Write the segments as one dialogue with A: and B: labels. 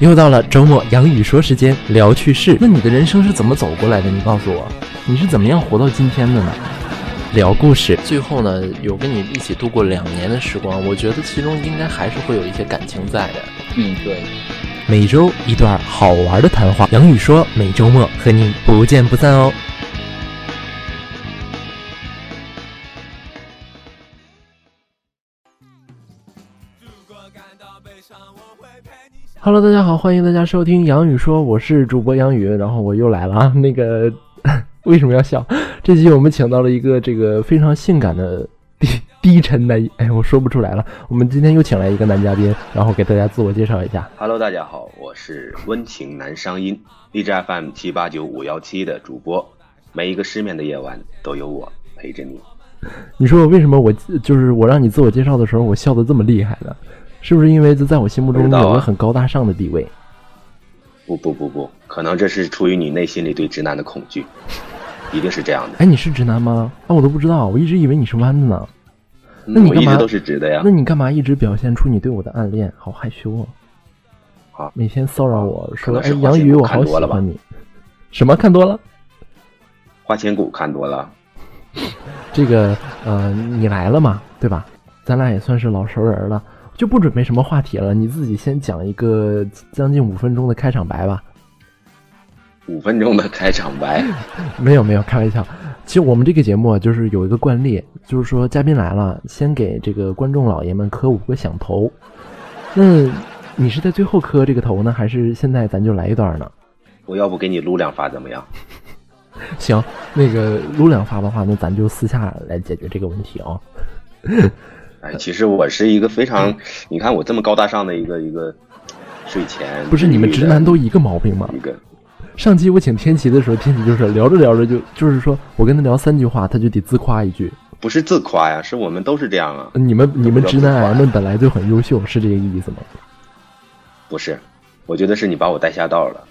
A: 又到了周末杨宇说时间，聊趣事。那你的人生是怎么走过来的？你告诉我，你是怎么样活到今天的呢？聊故事，
B: 最后呢，有跟你一起度过两年的时光，我觉得其中应该还是会有一些感情在的。
C: 嗯，对。
A: 每周一段好玩的谈话。杨宇说，每周末和你不见不散哦。Hello，大家好，欢迎大家收听杨宇说，我是主播杨宇，然后我又来了啊。 那个为什么要笑？这集我们请到了一个这个非常性感的低低沉男，哎，我说不出来了。我们今天又请来一个男嘉宾，然后给大家自我介绍一下。
C: Hello，大家好，我是温情男商音，荔枝 FM 七八九五幺七的主播。每一个失眠的夜晚，都有我陪着你。
A: 你说我为什么我就是我让你自我介绍的时候，我笑的这么厉害呢？是不是因为在我心目中
C: 不
A: 你
C: 知道啊
A: 有个很高大上的地位？
C: 不不不不，可能这是出于你内心里对直男的恐惧，一定是这样的。
A: 哎，你是直男吗？啊，我都不知道，我一直以为你是弯的呢。那
C: 嗯
A: 你
C: 我
A: 干
C: 一
A: 嘛
C: 直都是直的呀
A: 那。你干嘛一直表现出你对我的暗恋？好害羞哦！
C: 好
A: 每天骚扰我说，
C: 啊可能
A: 哎
C: 是，花
A: 杨
C: 心
A: 宇，
C: 我
A: 我
C: 看
A: 好喜
C: 多了吧
A: 欢你。什么看多了？
C: 花千骨看多了，
A: 这个呃，你来了嘛，对吧？咱俩也算是老熟人了，就不准备什么话题了，你自己先讲一个将近五分钟的开场白吧。
C: 五分钟的开场白，
A: 没有没有，开玩笑。其实我们这个节目啊，就是有一个惯例，就是说嘉宾来了，先给这个观众老爷们磕五个响头。那你是在最后磕这个头呢，还是现在咱就来一段呢？
C: 我要不给你撸两发怎么样？
A: 行，那个撸两发的话，那咱就私下来解决这个问题啊、
C: 哎，其实我是一个非
A: 嗯
C: 常，你看我这么高大上的一个一个睡前
A: 不是你们直男都一个毛病吗？
C: 一个
A: 上期我请天琪的时候，天琪就是聊着聊着就就是说我跟他聊三句话，他就得自夸一句。
C: 不是自夸呀，是我们都是这样啊，
A: 你们你们直男癌
C: 不
A: 们本来就很优秀，是这个意思吗？
C: 不是，我觉得是你把我带下道了，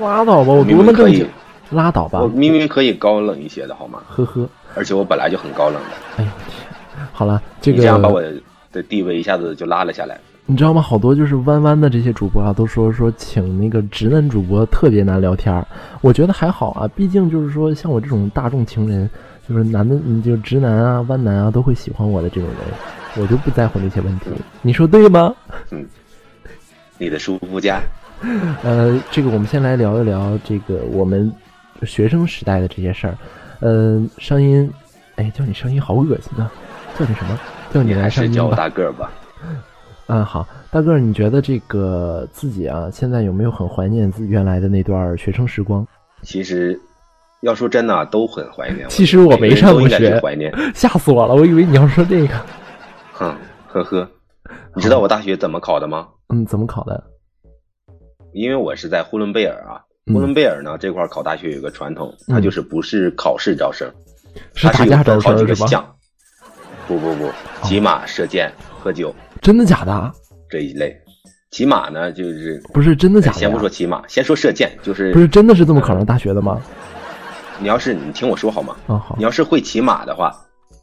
A: 拉倒吧，我
C: 明
A: 多么
C: 明可
A: 正
C: 以
A: 经，，拉倒吧
C: 我，明明可以高冷一些的好吗？
A: 呵呵。
C: 而且我本来就很高冷的，
A: 哎呦天，好了，这
C: 你这样把我
A: 个
C: 的地位一下子就拉了下来。
A: 你知道吗？好多就是弯弯的这些主播啊，都说说请那个直男主播特别难聊天儿。我觉得还好啊，毕竟就是说像我这种大众情人，就是男的，你就直男啊、弯男啊都会喜欢我的这种人，我就不在乎那些问题。你说对吗？
C: 你的舒肤佳，
A: 呃，这个我们先来聊一聊这个我们学生时代的这些事儿。呃，声音，哎，叫你声音好恶心啊！叫你什么？叫你
C: 你
A: 来
C: 还
A: 声
C: 是
A: 音
C: 叫我
A: 吧。
C: 大个儿吧。
A: 嗯，好，大个儿，你觉得这个自己啊，现在有没有很怀念自己原来的那段学生时 光？
C: 其实，要说真的啊，都很怀念。
A: 其实我没
C: 每个人
A: 上
C: 都
A: 过
C: 应该去
A: 学
C: 怀念。
A: 吓死我了，我以为你要说这个。
C: 哼，呵呵，你知道我大学怎么考的吗？
A: 嗯，怎么考的？
C: 因为我是在呼伦贝尔啊，
A: 嗯
C: 呼伦贝尔呢这块儿考大学有个传统，它
A: 嗯
C: 就是不是考试招生，
A: 是
C: 它
A: 打
C: 是
A: 架
C: 有
A: 招
C: 分好几
A: 生
C: 个
A: 是吧？
C: 项。不不不，骑马、射箭、喝酒
A: 真的假的？
C: 这一类。骑马呢，就是
A: 不是真的假的呀？
C: 哎先不说骑马，先说射箭，就是
A: 不是真的是这么考上大学的吗？
C: 你要是你听我说好吗？
A: 啊、好
C: 你，要是会骑马的话，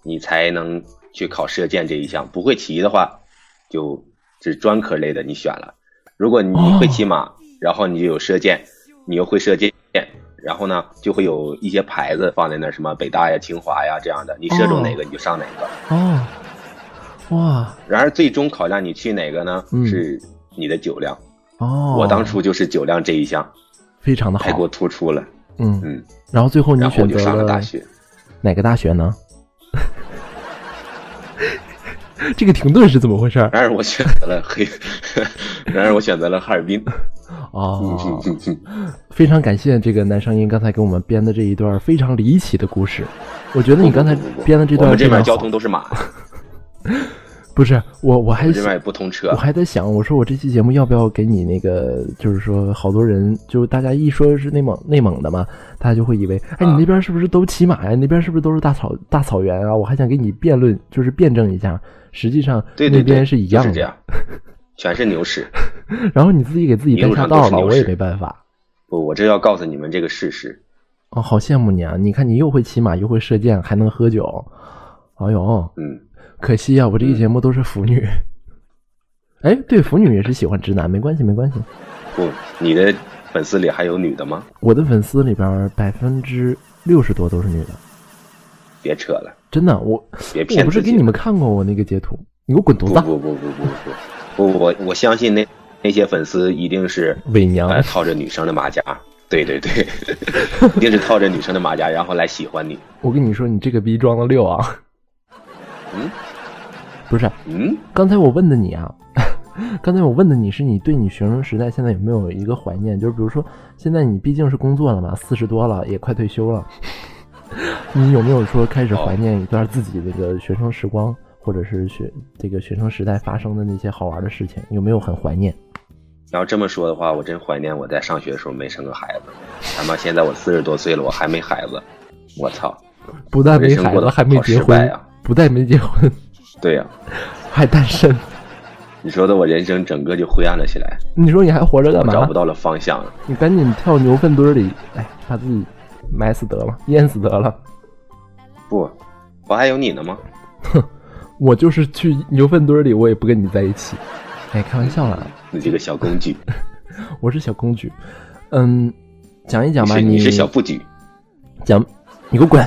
C: 你才能去考射箭这一项；不会骑的话，就是专科类的你选了。如果你
A: 哦
C: 会骑马，然后你就有射箭，你又会射箭，然后呢就会有一些牌子放在那儿，什么北大呀、清华呀这样的，你射中哪个你就上哪个。
A: 哦，哇，
C: 然而最终考量你去哪个呢，
A: 嗯
C: 是你的酒量。
A: 哦，
C: 我当初就是酒量这一项
A: 非常的好
C: 太，过突出了，
A: 嗯
C: 嗯，
A: 然后最后你
C: 然后我
A: 选
C: 就
A: 择
C: 上了大学。
A: 哪个大学呢？ 这个停顿是怎么回事儿？
C: 然而我选择了黑， 然而我选择了哈尔滨。嗯
A: 哦，非常感谢这个男声音刚才给我们编的这一段非常离奇的故事。我觉得你刚才
C: 不不不不
A: 编的这
C: 嗯我
A: 段
C: 们这
A: 非常
C: 边
A: 好
C: 交通都是马，我
A: 不是我，我还
C: 们这边
A: 想
C: 也不通车
A: 我。还在想，我说我这期节目要不要给你那个，就是说好多人，就是大家一说是内蒙内蒙的嘛，大家就会以为，哎，你
C: 啊
A: 那边是不是都骑马呀？你那边是不是都是大草大草原啊？我还想给你辩论，就是辩证一下，实际上
C: 对
A: 那
C: 对对，
A: 边一
C: 就
A: 样
C: 是
A: 的。
C: 这样，全是牛屎。
A: 然后你自己给自己
C: 一
A: 带
C: 路
A: 下
C: 上都
A: 道
C: 是
A: 了，
C: 牛
A: 我也
C: 市
A: 没办法。
C: 不，我这要告诉你们这个事实。
A: 哦，好羡慕你啊！你看你又会骑马，又会射箭，还能喝酒。哎呦，
C: 嗯，
A: 可惜呀、啊， 我这个节目都是腐女。哎，对，腐女也是喜欢直男，没关系，没关系。
C: 不，你的粉丝里还有女的吗？
A: 我的粉丝里边百分之六十多都是女的，
C: 别扯了，
A: 真的，我
C: 别哎骗
A: 我不是
C: 自己啊
A: 给你们看过我那个截图，你给我滚犊
C: 不
A: 子，
C: 不不不不不不，我我相信那那些粉丝一定是
A: 伪娘
C: 呃，套着女生的马甲，对对对，一定是套着女生的马甲，然后来喜欢你。
A: 我跟你说，你这个逼装的溜啊！
C: 嗯，
A: 不是，啊
C: 嗯，
A: 刚才我问的你啊， 刚才我问的你是你对你学生时代现在有没有一个怀念？就是比如说，现在你毕竟是工作了嘛，四十多了，也快退休了， 你有没有说开始怀念一段自己这个学生时光，或者是学这个学生时代发生的那些好玩的事情？有没有很怀念？
C: 要这么说的话，我真怀念我在上学的时候没生个孩子。他妈，现在我四十多岁了，我还没孩子，我操！
A: 不但没
C: 人生
A: 孩
C: 过
A: 子，
C: 得
A: 还没
C: 好
A: 结
C: 失
A: 婚，
C: 败啊
A: 不但没结婚，
C: 对呀、
A: 还单身。
C: 你说的我人生整个就灰暗了起来，
A: 你说你还活着干
C: 我
A: 嘛？
C: 找不到了方向了。
A: 你赶紧跳牛粪堆里，哎，把自己埋死得了，淹死得了。
C: 不，我还有你呢吗？
A: 我就是去牛粪堆里，我也不跟你在一起。哎，开玩笑啦，
C: 你这个小公举，
A: 我是小公举。嗯，讲一讲吧，
C: 是
A: 你
C: 你是小不举，
A: 讲，你给我滚！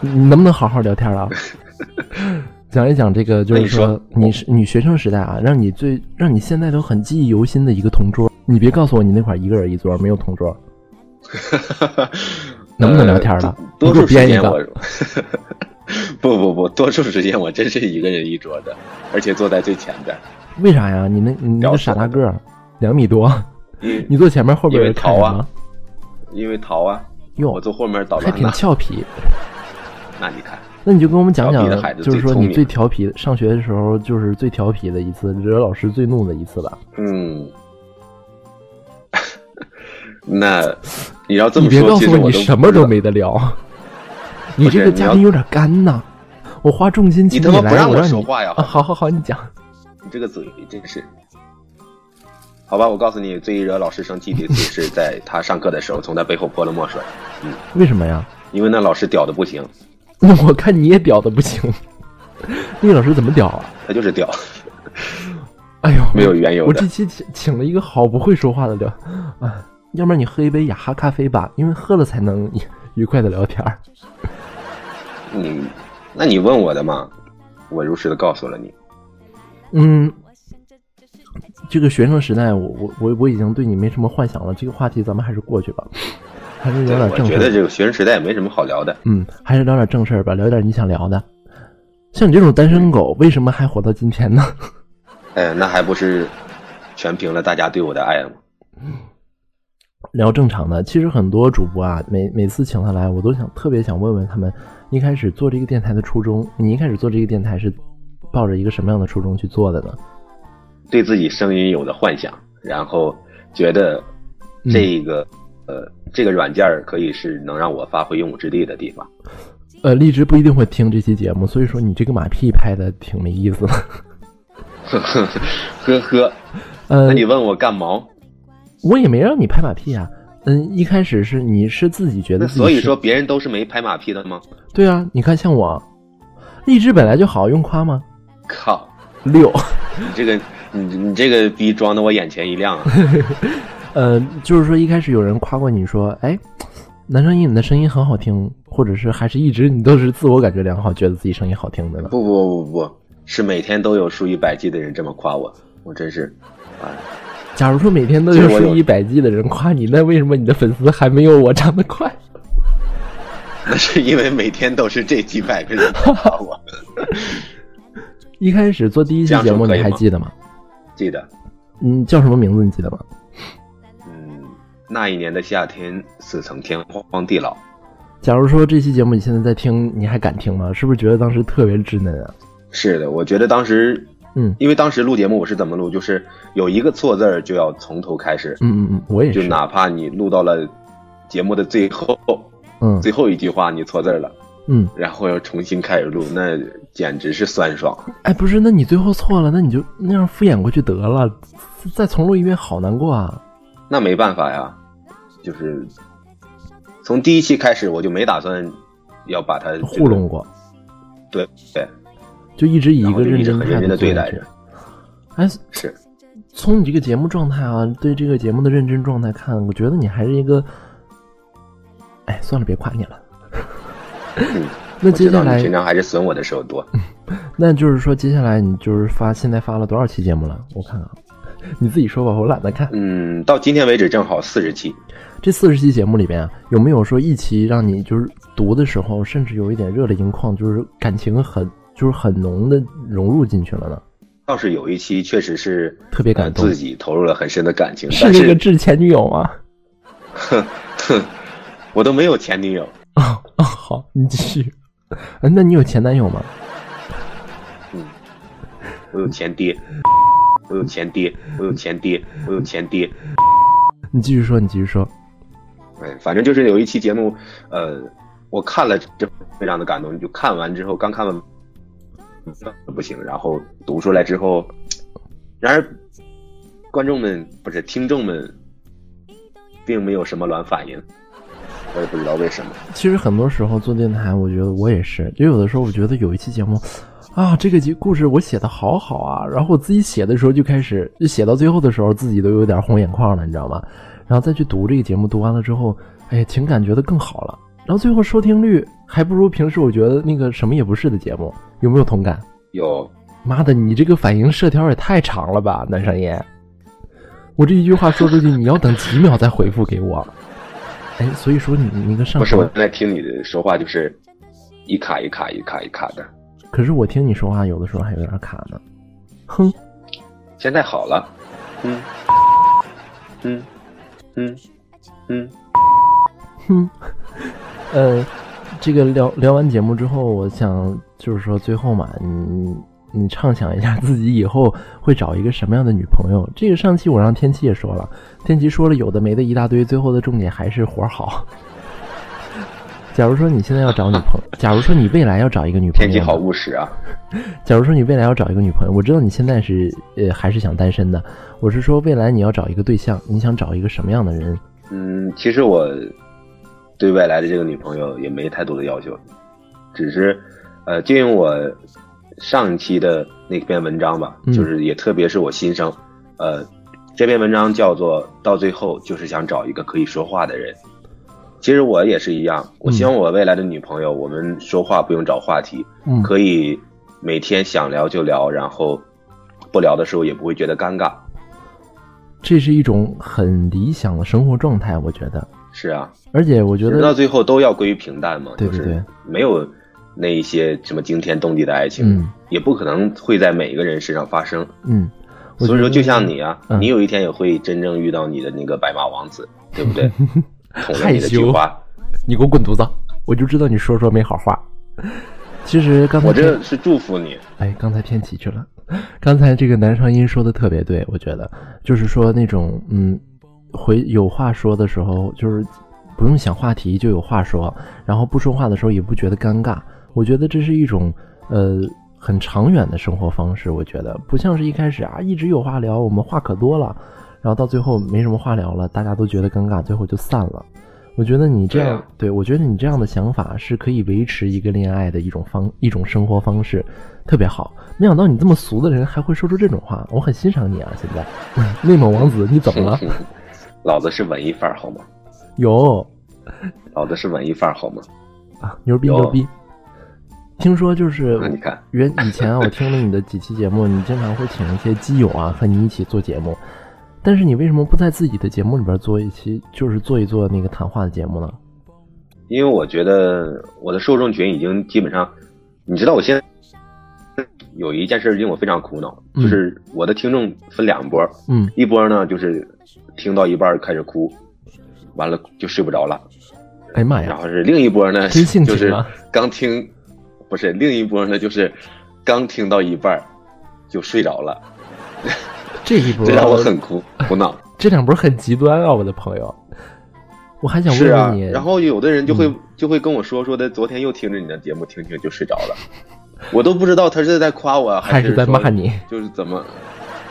A: 你能不能好好聊天 啊？讲一讲这个，就是说你是你学生时代啊，让你最让你现在都很记忆犹新的一个同桌，你别告诉我你那块儿一个人一桌没有同桌， 能不能聊天了
C: 呃多
A: 你给我
C: 多数
A: 编
C: 时
A: 一
C: 间
A: 个
C: 我，不不不，多数时间我真是一个人一桌的，而且坐在最前边。
A: 为啥呀？你那你那个傻大个儿两米多，
C: 因
A: 你坐前面后边
C: 因为
A: 人看
C: 淘
A: 什
C: 啊
A: 么？
C: 因为淘啊，
A: 哟，
C: 我坐后面捣
A: 哦还
C: 乱
A: 挺
C: 了。
A: 俏皮。
C: 那你看，
A: 那你就跟我们讲
C: 调
A: 讲
C: 皮的孩，子
A: 就是
C: 最
A: 说
C: 聪
A: 你
C: 明
A: 最调皮，上学的时候就是最调皮的一次，惹老师最怒的一次吧。
C: 嗯， 那你要这
A: 你
C: 么
A: 别
C: 说，
A: 告
C: 其
A: 诉
C: 实
A: 我
C: 我
A: 你
C: 都
A: 什
C: 不
A: 么
C: 知
A: 都
C: 道。
A: 没得聊， 你这个嘉宾有点干呐。我花重金请
C: 你他妈不
A: 来，我
C: 让我
A: 让
C: 说
A: 你
C: 话呀
A: 啊，好好好，你讲。
C: 你这个嘴真是。好吧，我告诉你，最惹老师生气的一次是在他上课的时候，从他背后泼了墨水，
A: 为什么呀？
C: 因为那老师屌的不行，
A: 那我看你也屌的不行。 那个老师怎么屌啊？
C: 他就是屌，
A: 哎呦，
C: 没有缘由
A: 我
C: 的
A: 这。期请请了一个好不会说话的聊，啊，要不然你喝一杯雅哈咖啡吧，因为喝了才能愉快的聊天儿。
C: 嗯，那你问我的嘛，我如实的告诉了你。
A: 嗯，这个学生时代我，我我我已经对你没什么幻想了。这个话题咱们还是过去吧， 还是聊点
C: 我
A: 正
C: 觉
A: 事
C: 得
A: 儿。
C: 这个学生时代也没什么好聊的。
A: 嗯，还是聊点正事儿吧，聊点你想聊的。像你这种单身狗，为什么还活到今天呢？
C: 哎，那还不是全凭了大家对我的爱吗？
A: 聊正常的，其实很多主播啊，每每次请他来，我都想特别想问问他们，一开始做这个电台的初衷，你一开始做这个电台是抱着一个什么样的初衷去做的呢？
C: 对自己声音有了幻想，然后觉得这个、
A: 嗯
C: 呃这个软件儿可以是能让我发挥用武之地的地方。
A: 呃，荔枝不一定会听这期节目，所以说你这个马屁拍的挺没意思的。
C: 呵呵呵呵，
A: 呃
C: 那，你问我干毛？
A: 嗯我也没让你拍马屁啊。嗯，一开始是你是自己觉得
C: 那
A: 自己
C: 所以
A: 是
C: 说别人都是没拍马屁的吗？
A: 对啊，你看像我，励志本来就好，用夸吗？
C: 靠，
A: 六，
C: 你这个你你这个逼装的我眼前 一亮啊！
A: 呃，就是说一开始有人夸过你说，哎，男声音你的声音很好听，或者是还是一直你都是自我感觉良好，觉得自己声音好听的呢。
C: 不不不不，是每天都有数以百计的人这么夸我，我真是，哎，
A: 假如说每天都有数以百计的人夸你，那为什么你的粉丝还没有我涨得快？
C: 那是因为每天都是这几百 个人啊夸我，
A: 一开始做第一期节目你还记得吗？
C: 记得，
A: 嗯，叫什么名字你记得吗？
C: 嗯，那一年的夏天，似曾天荒地老，
A: 假如说这期节目你现在在听，你还敢听吗？是不是觉得当时特别稚嫩啊？
C: 是的，我觉得当时，
A: 嗯
C: 因为当时录节目我是怎么录，就是有一个错字儿就要从头开始，
A: 嗯嗯嗯，我也。
C: 就是哪怕你录到了节目的最后
A: 嗯
C: 最后一句话你错字儿了，
A: 嗯，
C: 然后要重新开始录，那简直是酸爽。
A: 哎，不是，那你最后错了，那你就那样敷衍过去得了，再再重录一遍，好难过啊！
C: 那没办法呀，就是从第一期开始我就没打算要把它这个
A: 糊弄过，
C: 对对，
A: 就一直以一
C: 然后
A: 个
C: 就一
A: 认
C: 直
A: 真
C: 很
A: 态度
C: 认真的
A: 做
C: 对
A: 下
C: 待
A: 去
C: 着。
A: 哎，
C: 是
A: 从你这个节目状态啊，对这个节目的认真状态看，我觉得你还是一个，哎，算了，别夸你了。 那接下来
C: 平常还是损我的时候多。
A: 那就是说，接下来你就是发现在发了多少期节目了？我看看，啊 你自己说吧，我懒得看。
C: 嗯，到今天为止正好四十期。
A: 这四十期节目里边啊，有没有说一期让你就是读的时候，甚至有一点热泪盈眶，就是感情很就是很浓的融入进去了呢？
C: 倒是有一期确实是
A: 特别感动、
C: 呃，自己投入了很深的感情。
A: 是那个致前女友吗？
C: 哼哼，我都没有前女友。
A: 哦哦，好，你继续。啊，那你有前男友吗？
C: 嗯，我有前爹，我有前爹，我有前爹，我有前爹。
A: 你继续说，你继续说。
C: 哎，反正就是有一期节目，呃，我看了这非常的感动。你就看完之后，刚看完不行，然后读出来之后，然而观众们不是听众们，并没有什么卵反应。我也不知道为什么。
A: 其实很多时候做电台，我觉得我也是，就有的时候我觉得有一期节目，啊，这个节故事我写的好好啊，然后我自己写的时候就开始，就写到最后的时候自己都有点红眼眶了，你知道吗？然后再去读这个节目，读完了之后，哎，情感觉得更好了，然后最后收听率还不如平时我觉得那个什么也不是的节目，有没有同感？
C: 有。
A: 妈的，你这个反应射条也太长了吧，南山爷！我这一句话说出去，你要等几秒再回复给我。哎，所以说你那个上
C: 不是我刚才听你的说话就是一卡一卡一卡一卡的，
A: 可是我听你说话有的时候还有点卡呢。哼，
C: 现在好了，嗯嗯嗯嗯，
A: 哼，呃，这个聊聊完节目之后，我想就是说最后嘛，你你畅想一下自己以后会找一个什么样的女朋友？这个上期我让天气也说了，天气说了有的没的一大堆，最后的重点还是活好。 假如说你现在要找女朋友，假如说你未来要找一个女朋友，
C: 天气好务实啊。
A: 假如说你未来要找一个女朋友，我知道你现在是呃还是想单身的，我是说未来你要找一个对象，你想找一个什么样的人？
C: 嗯，其实我对未来的这个女朋友也没太多的要求，只是呃，就因为我。上一期的那篇文章吧，
A: 嗯
C: 就是也特别是我新生，呃，这篇文章叫做《到最后就是想找一个可以说话的人》。其实我也是一样，我希望我未来的女朋友，我们说话不用找话题，
A: 嗯，
C: 可以每天想聊就聊，然后不聊的时候也不会觉得尴尬。
A: 这是一种很理想的生活状态，我觉得。
C: 是啊，
A: 而且我觉
C: 人到
A: 得，
C: 最后都要归于平淡嘛，
A: 对对
C: 就
A: 对
C: 是没有那一些什么惊天动地的爱情，
A: 嗯
C: 也不可能会在每一个人身上发生。
A: 嗯，我觉
C: 所以
A: 得
C: 说，就像你啊，
A: 嗯
C: 你有一天也会真正遇到你的那个白马王子，对 不对？捅了
A: 害
C: 你的菊
A: 羞
C: 花，
A: 你给我滚犊子！我就知道你说说没好话。其实刚才
C: 我这是祝福你。
A: 哎，刚才偏题去了。刚才这个南上音说的特别对，我觉得就是说那种嗯，回有话说的时候，就是不用想话题就有话说，然后不说话的时候也不觉得尴尬。我觉得这是一种呃很长远的生活方式。我觉得不像是一开始啊一直有话聊，我们话可多了，然后到最后没什么话聊了，大家都觉得尴尬，最后就散了。我觉得你这样，
C: 对啊
A: 对我觉得你这样的想法是可以维持一个恋爱的一种方一种生活方式，特别好。没想到你这么俗的人还会说出这种话，我很欣赏你啊！现在， 内蒙王子，你怎么了？
C: 老子是文艺范儿好吗？
A: 有
C: 老子是文艺范儿好吗？
A: 啊，牛逼
C: 有哎
A: 牛逼！听说就是
C: 那你看，
A: 原以前啊，我听了你的几期节目，你经常会请一些基友啊和你一起做节目，但是你为什么不在自己的节目里边做一期，就是做一做那个谈话的节目呢？
C: 因为我觉得我的受众群已经基本上，你知道我现在有一件事令我非常苦恼，
A: 嗯
C: 就是我的听众分两波，
A: 嗯
C: 一波呢就是听到一半儿开始哭，完了就睡不着了。
A: 哎呀妈
C: 然
A: 呀，
C: 后是另一波呢，
A: 真性情
C: 就是
A: 啊
C: 刚听，不是另一波呢，就是刚听到一半儿就睡着了，
A: 这一波
C: 这让我很苦苦恼。
A: 这两波很极端啊，我的朋友。哎我还想
C: 是
A: 问
C: 啊
A: 问你，，嗯
C: 然后有的人就会、就会跟我说说的，昨天又听着你的节目听听就睡着了，我都不知道他是在夸我
A: 还
C: 是
A: 是在
C: 说
A: 骂，你？
C: 就是怎么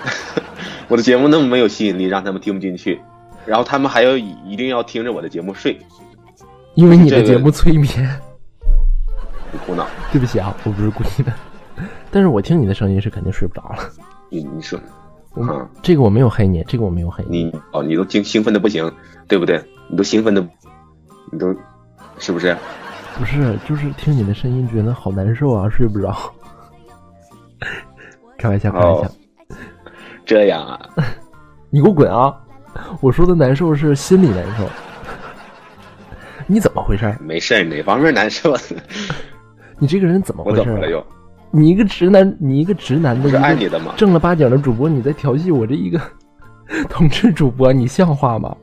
C: 我的节目那么没有吸引力，让他们听不进去，然后他们还要一定要听着我的节目睡，
A: 因为你的
C: 这
A: 节
C: 个
A: 目催眠。
C: 很苦恼。
A: 对 不起啊，我不是故意的。但是我听你的声音是肯定睡不着了。
C: 你你说嗯，
A: 这个我没有黑你，这个我没有黑你。
C: 你哦，你都兴兴奋的不行，对不对？你都兴奋的，你都是不是？
A: 不是，就是听你的声音觉得好难受啊，睡不着。 开玩笑，开玩笑，
C: 这样啊？
A: 你给我滚啊！我说的难受是心里难受。 你怎么回事儿？
C: 没事儿，哪方面难受？
A: 你这个人怎么
C: 我
A: 回事
C: 怎
A: 儿
C: 么
A: 啊
C: 了？又？
A: 你一个直男，你一个直男的，
C: 不
A: 一
C: 是爱
A: 个
C: 你的吗？
A: 正儿八经的主播，你在调戏我这一个 同志主播，你像话吗？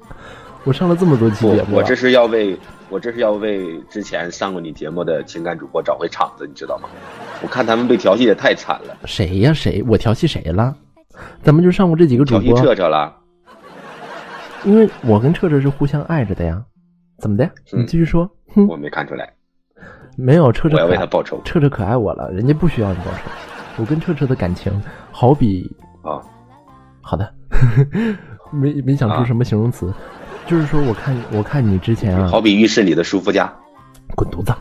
A: 我上了这么多期
C: 不
A: 节，目啊
C: 我
A: 了
C: 这，是要为我这是要为之前上过你节目的情感主播找回场子，你知道吗？我看他们被调戏的太惨了，
A: 谁呀、谁？我调戏谁了？咱们就上过这几个主
C: 调戏
A: 播，
C: 彻彻了。
A: 因为我跟彻彻是互相爱着的呀。怎么的？你
C: 嗯
A: 继续说。哼，
C: 我没看出来，
A: 没有彻彻
C: 我要
A: 可
C: 为他
A: 爱，
C: 报仇
A: 彻彻可爱我了，人家不需要你报仇。我跟彻彻的感情好比
C: 啊！
A: 好的， 没没想出
C: 啊
A: 什么形容词，就是说我看我看你之前啊，
C: 好比浴室里的舒肤佳，
A: 滚犊子！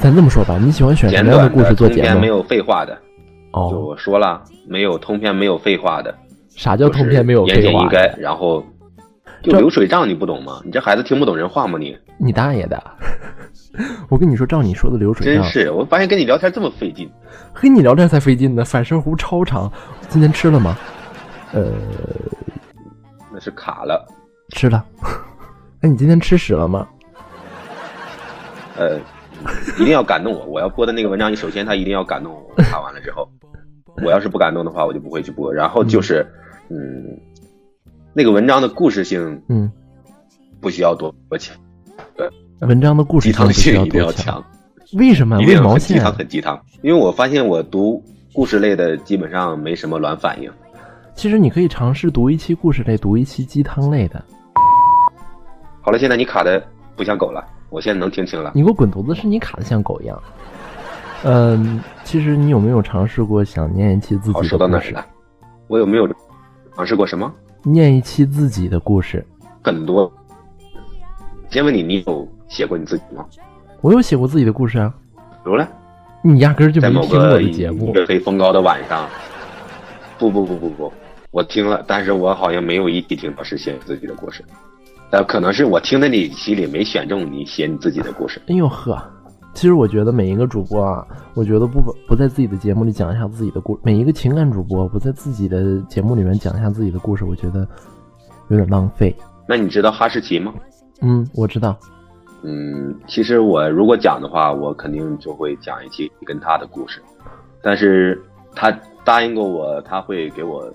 A: 咱这么说吧，你喜欢选什
C: 简
A: 么样
C: 短
A: 故
C: 的，
A: 事做
C: 通
A: 节
C: 篇
A: 目
C: 没？有废话的，就
A: 哦，
C: 我说了，没有通篇没有废话的，
A: 啥叫通篇没有
C: 言
A: 废
C: 简意
A: 话？
C: 赅，然后就
A: 这
C: 流水账，你不懂吗？你这孩子听不懂人话吗你？
A: 你大爷的！ 我跟你说，照你说的流水
C: 真
A: 账，
C: 是，我发现跟你聊天这么费劲。
A: 和你聊天才费劲呢。反射弧超长，今天吃了吗？呃，
C: 那是卡了，
A: 吃了。 哎，你今天吃屎了吗？
C: 呃，一定要感动我。我要播的那个文章，你首先他一定要感动我。我看完了之后， 我要是不感动的话，我就不会去播。然后就是，嗯，那个文章的故事性
A: 嗯，
C: 不需要多多强，
A: 文章的故事
C: 鸡
A: 性
C: 汤
A: 不需
C: 性
A: 要
C: 一定要
A: 多
C: 强，，
A: 为什么？
C: 一定
A: 为
C: 要
A: 毛
C: 很鸡
A: 线？啊
C: 汤很鸡汤。因为我发现我读故事类的基本上没什么卵反应。
A: 其实你可以尝试读一期故事类，读一期鸡汤类的。
C: 好了，现在你卡的不像狗了，我现在能听清了。
A: 你给我滚犊子！是你卡的像狗一样。嗯，其实你有没有尝试过想念一期自己的故
C: 好，
A: 事？
C: 说到哪儿了？我有没有尝试过什么？
A: 念一期自己的故事。
C: 很多。先问你，你有写过你自己吗？
A: 我有写过自己的故事啊，
C: 有嘞，
A: 你压根儿就
C: 在
A: 没
C: 某
A: 听我
C: 个
A: 的节目。
C: 热飞风高的晚上，不不不不不，我听了，但是我好像没有一起听到是写自己的故事，但可能是我听的那一期里没选中你写你自己的故事。
A: 哎呦呵，其实我觉得每一个主播啊，我觉得不不在自己的节目里讲一下自己的故，每一个情感主播不在自己的节目里面讲一下自己的故事，我觉得有点浪费。
C: 那你知道哈士奇吗？
A: 嗯，我知道，
C: 嗯，其实我如果讲的话，我肯定就会讲一期跟他的故事，但是他答应过我，他会给我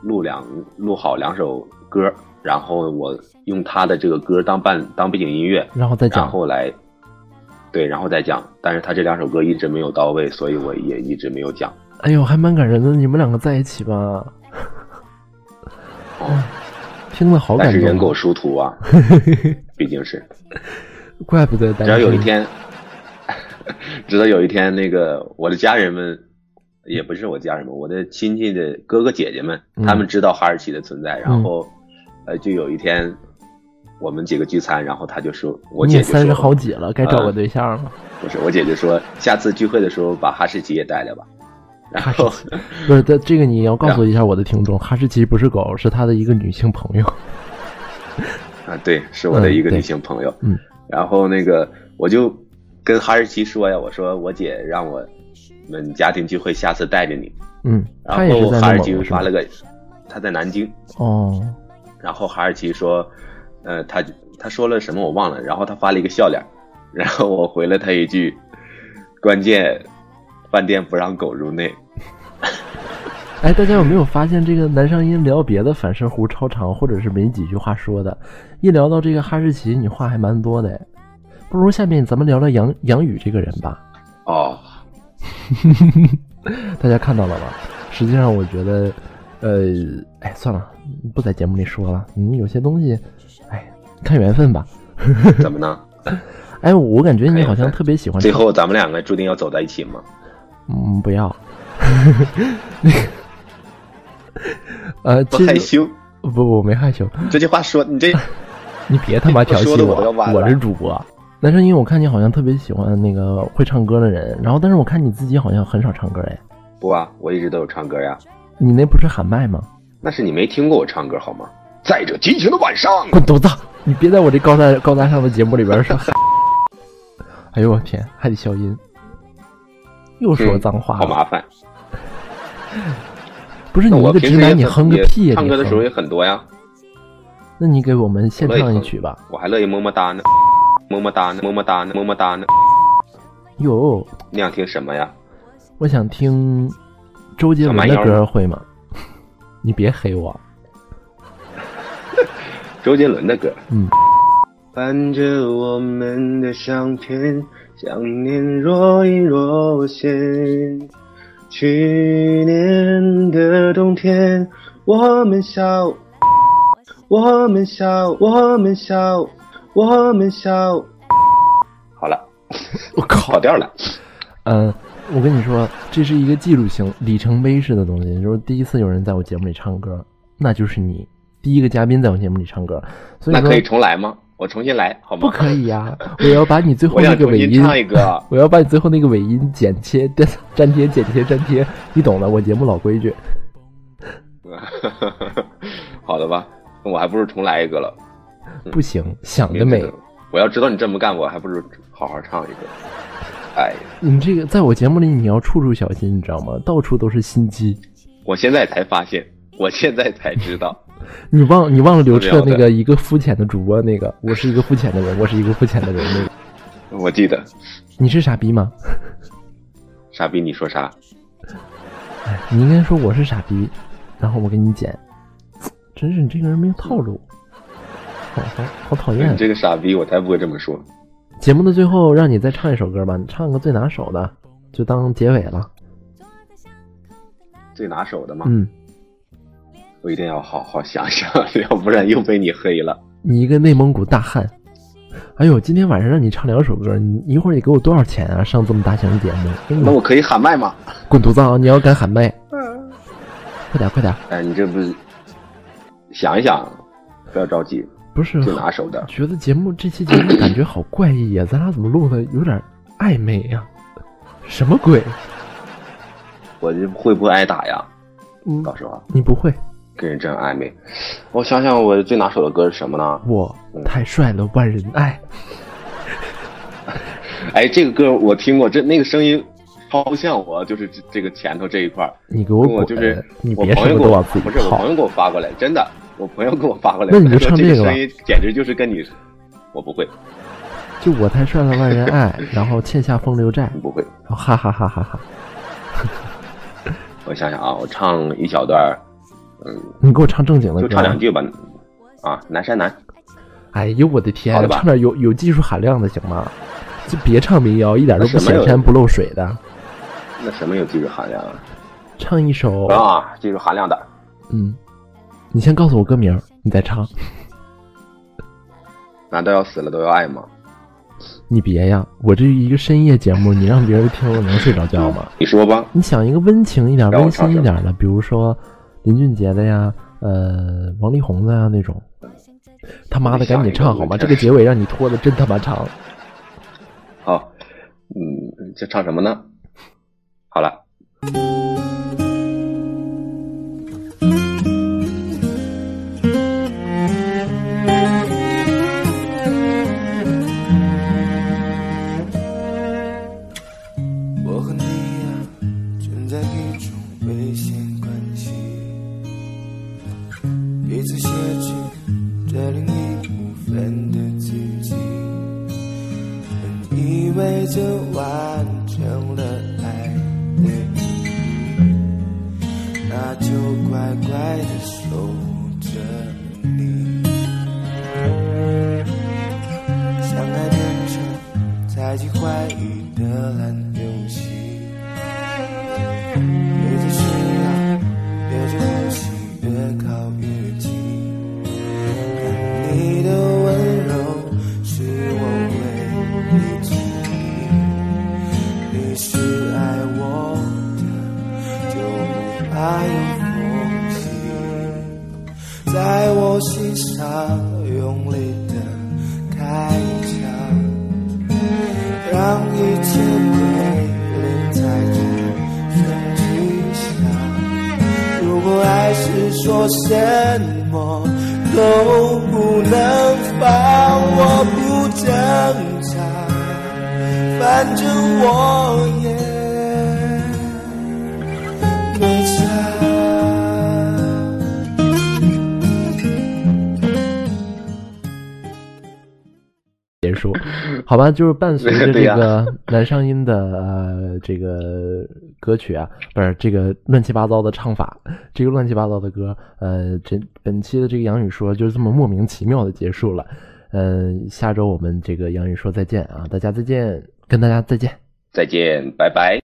C: 录两录好两首歌，然后我用他的这个歌当伴当背景音乐，
A: 然后再
C: 然
A: 讲。
C: 后来，对，然后再讲。但是他这两首歌一直没有到位，所以我也一直没有讲。
A: 哎呦，还蛮感人的，你们两个在一起吧，
C: 哦，
A: 听了好
C: 但
A: 感
C: 是人
A: 动
C: 狗
A: 啊。
C: 殊途 啊，毕竟是。
A: 怪不得单
C: 直到有一
A: 身
C: 天， 直到有一天，那个我的家人们，也不是我家人们，我的亲戚的哥哥姐姐们，
A: 嗯
C: 他们知道哈士奇的存在，
A: 嗯
C: 然后，呃，就有一天，我们几个聚餐，然后他就说，我
A: 你也
C: 姐就
A: 三十
C: 说，
A: 好几了，该找个
C: 呃
A: 对象了。
C: 不是我姐就说，下次聚会的时候把哈士奇也带来吧。然 后，
A: 不是，这这个你要告诉一下我的听众，哈士奇不是狗，是他的一个女性朋友。
C: 啊，对，是我的
A: 嗯
C: 一个
A: 对
C: 女性朋友。
A: 嗯，
C: 然后那个我就跟哈士奇说呀，我说我姐让我们家庭聚会下次带着你。
A: 嗯，他
C: 然
A: 也是
C: 后
A: 在内
C: 哈士
A: 蒙
C: 奇
A: 古是吧
C: 发了个，他在南京。
A: 哦，
C: 然后哈士奇说，呃，他他说了什么我忘了，然后他发了一个笑脸，然后我回了他一句，关键饭店不让狗入内。
A: 哎，大家有没有发现这个南上音聊别的反射弧超长，或者是没几句话说的，一聊到这个哈士奇，你话还蛮多的哎。不如下面咱们聊聊杨杨宇这个人吧。
C: 哦，
A: 大家看到了吗？实际上，我觉得，呃，哎，算了，不在节目里说了。嗯，有些东西，哎，看缘分吧。
C: 怎么 呢？
A: 哎，我感觉你好
C: 看
A: 像
C: 缘分
A: 特别喜欢
C: 最
A: 唱
C: 后咱们两个注定要走在一起吗？
A: 嗯，不要。 那个，呃，
C: 不
A: 其
C: 害
A: 实
C: 羞，
A: 不不，我没害羞。
C: 你这句话说 你这
A: 你别他妈调戏
C: 说得我都
A: 我
C: 晚了
A: 是主播。男生，因为我看你好像特别喜欢那个会唱歌的人，然后但是我看你自己好像很少唱歌哎，
C: 不啊，我一直都有唱歌呀。
A: 你那不是喊麦吗？
C: 那是你没听过我唱歌好吗？在这激情的晚上，
A: 滚犊子！你别在我这高大高大上的节目里边说。 哎呦我天，还得消音，又说脏话
C: 嗯好
A: 了。
C: 麻烦。
A: 不是
C: 那
A: 你
C: 我
A: 一个
C: 平
A: 直
C: 时也
A: 男，你
C: 很
A: 哼个
C: 也
A: 屁呀、
C: 唱
A: 你
C: 歌的时候
A: 哼
C: 也很多呀，
A: 那你给我们献唱一曲吧。
C: 我还乐意么么哒呢，么么哒呢，么么哒呢，么么哒呢。
A: 哟，
C: 你想听什么呀？
A: 我想听周杰伦的歌，会吗？ 你别黑我。
C: 周杰伦的歌。
A: 嗯，
C: 翻着我们的相片，想念若隐若现。去年的冬天，我们笑，我们笑，我们笑，我们笑。好了，
A: 我靠
C: 跑调了。
A: 嗯，我跟你说，这是一个记录型、里程碑式的东西。就是第一次有人在我节目里唱歌，那就是你第一个嘉宾在我节目里唱歌。所
C: 那
A: 以说
C: 可以重来吗？我重新来好吗？
A: 不可以呀、我要把你最后
C: 我
A: 那
C: 想
A: 个
C: 重
A: 尾
C: 新
A: 音，
C: 唱一个。
A: 我要把你最后那个尾音剪切、粘贴、剪贴、粘贴，你懂的。我节目老规矩，
C: 好了吧，那我还不如重来一个了。嗯
A: 不行，想
C: 没
A: 得美
C: 这。个我要知道你这么干，我还不如好好唱一个。哎呀，
A: 你这个在我节目里你要处处小心，你知道吗？到处都是心机。
C: 我现在才发现，我现在才 知道，
A: 你忘你忘了刘彻
C: 不
A: 那
C: 了
A: 个
C: 的
A: 一个肤浅的主播那个，我是一个肤浅的人，我是一个肤浅的人那个，
C: 我记得
A: 你是傻逼吗？
C: 傻逼你说啥？
A: 你应该说我是傻逼，然后我给你剪。真是你这个人没有套路，好好好讨厌
C: 你。哎这个傻逼，我才不会这么说。
A: 节目的最后让你再唱一首歌吧，你唱个最拿手的，就当结尾了。
C: 最拿手的嘛，
A: 嗯，
C: 我一定要好好想想， 要不然又被你黑了。
A: 你一个内蒙古大汉。哎呦，今天晚上让你唱两首歌，你一会儿得给我多少钱啊？上这么大型的节目，给你
C: 那我可以喊麦吗？
A: 滚犊子啊！你要敢喊麦，快点快点！
C: 哎，你这不是想一想，不要着急，
A: 不是
C: 最拿手的。
A: 觉得节目这期节目感觉好怪异呀、咱俩怎么录的有点暧昧呀、什么鬼？
C: 我这会不会挨打呀？
A: 嗯，
C: 到时候啊
A: 你不会，
C: 跟人真暧昧。我想想，我最拿手的歌是什么呢？
A: 我
C: 嗯
A: 太帅了，万人爱。
C: 哎，这个歌我听过，这那个声音超像我，就是这这个前头这一块儿。
A: 你给我
C: 我
A: 滚！
C: 就是
A: 你
C: 我
A: 别
C: 朋
A: 什
C: 友
A: 么
C: 给
A: 都
C: 我
A: 往自己
C: 不是我
A: 套
C: 朋。友给我发过来，真的，我朋友给我发过来。
A: 那你就
C: 他说
A: 唱
C: 这
A: 这个吧
C: 声音简直就是跟你，我不会，
A: 就我太帅了，万人爱。 然后欠下风流债
C: 你，不会。
A: 然后哈哈哈哈哈！
C: 我想想啊，我唱一小段儿，
A: 你给我唱正经的
C: 就
A: 歌。
C: 唱两句吧。啊，南山南，
A: 哎呦我的天
C: 好，的吧
A: 唱点有有技术含量的行吗？就别唱民谣，一点都不
C: 那什么
A: 显
C: 有
A: 山不漏水的。
C: 那什么有技术含量啊？
A: 唱一首，
C: 啊，技术含量的，
A: 嗯，你先告诉我歌名，你再唱。
C: 难道要死了都要爱吗？
A: 你别呀，我这一个深夜节目，你让别人听了能睡着觉吗？
C: 你说吧，
A: 你想一个温情一点、
C: 让
A: 温
C: 我唱
A: 馨一点的，比如说林俊杰的呀，呃，王力宏的呀那种。他妈的，赶紧唱好吗？这个结尾让你拖的真他妈 长。
C: 好，嗯，这唱什么呢？好了。
D: 我和你啊呀、存在一种危险关系，彼此挟持着另一部分的自己，本以为这完成了爱的意义，那就乖乖的守着你，相爱变成。猜忌怀疑的烂游戏，别再需要，憋着呼吸越靠越近。看你的温柔是我唯一之一，你是爱我的，就不怕有缝隙。在我心上用力的开一枪，让一切归啊零才知声迹象。如果爱是说什么都不能放，我不挣扎，反正我也没差。
A: 结束，好吧，就是伴随着这
C: 对 呀
A: 个男上音的、呃、这个歌曲啊，不是这个乱七八糟的唱法， 这个乱七八糟的歌，呃，这本期的这个杨宇说就这么莫名其妙的结束了，嗯、下周我们这个杨宇说再见啊，大家再见，跟大家再见。
C: 再见，拜拜。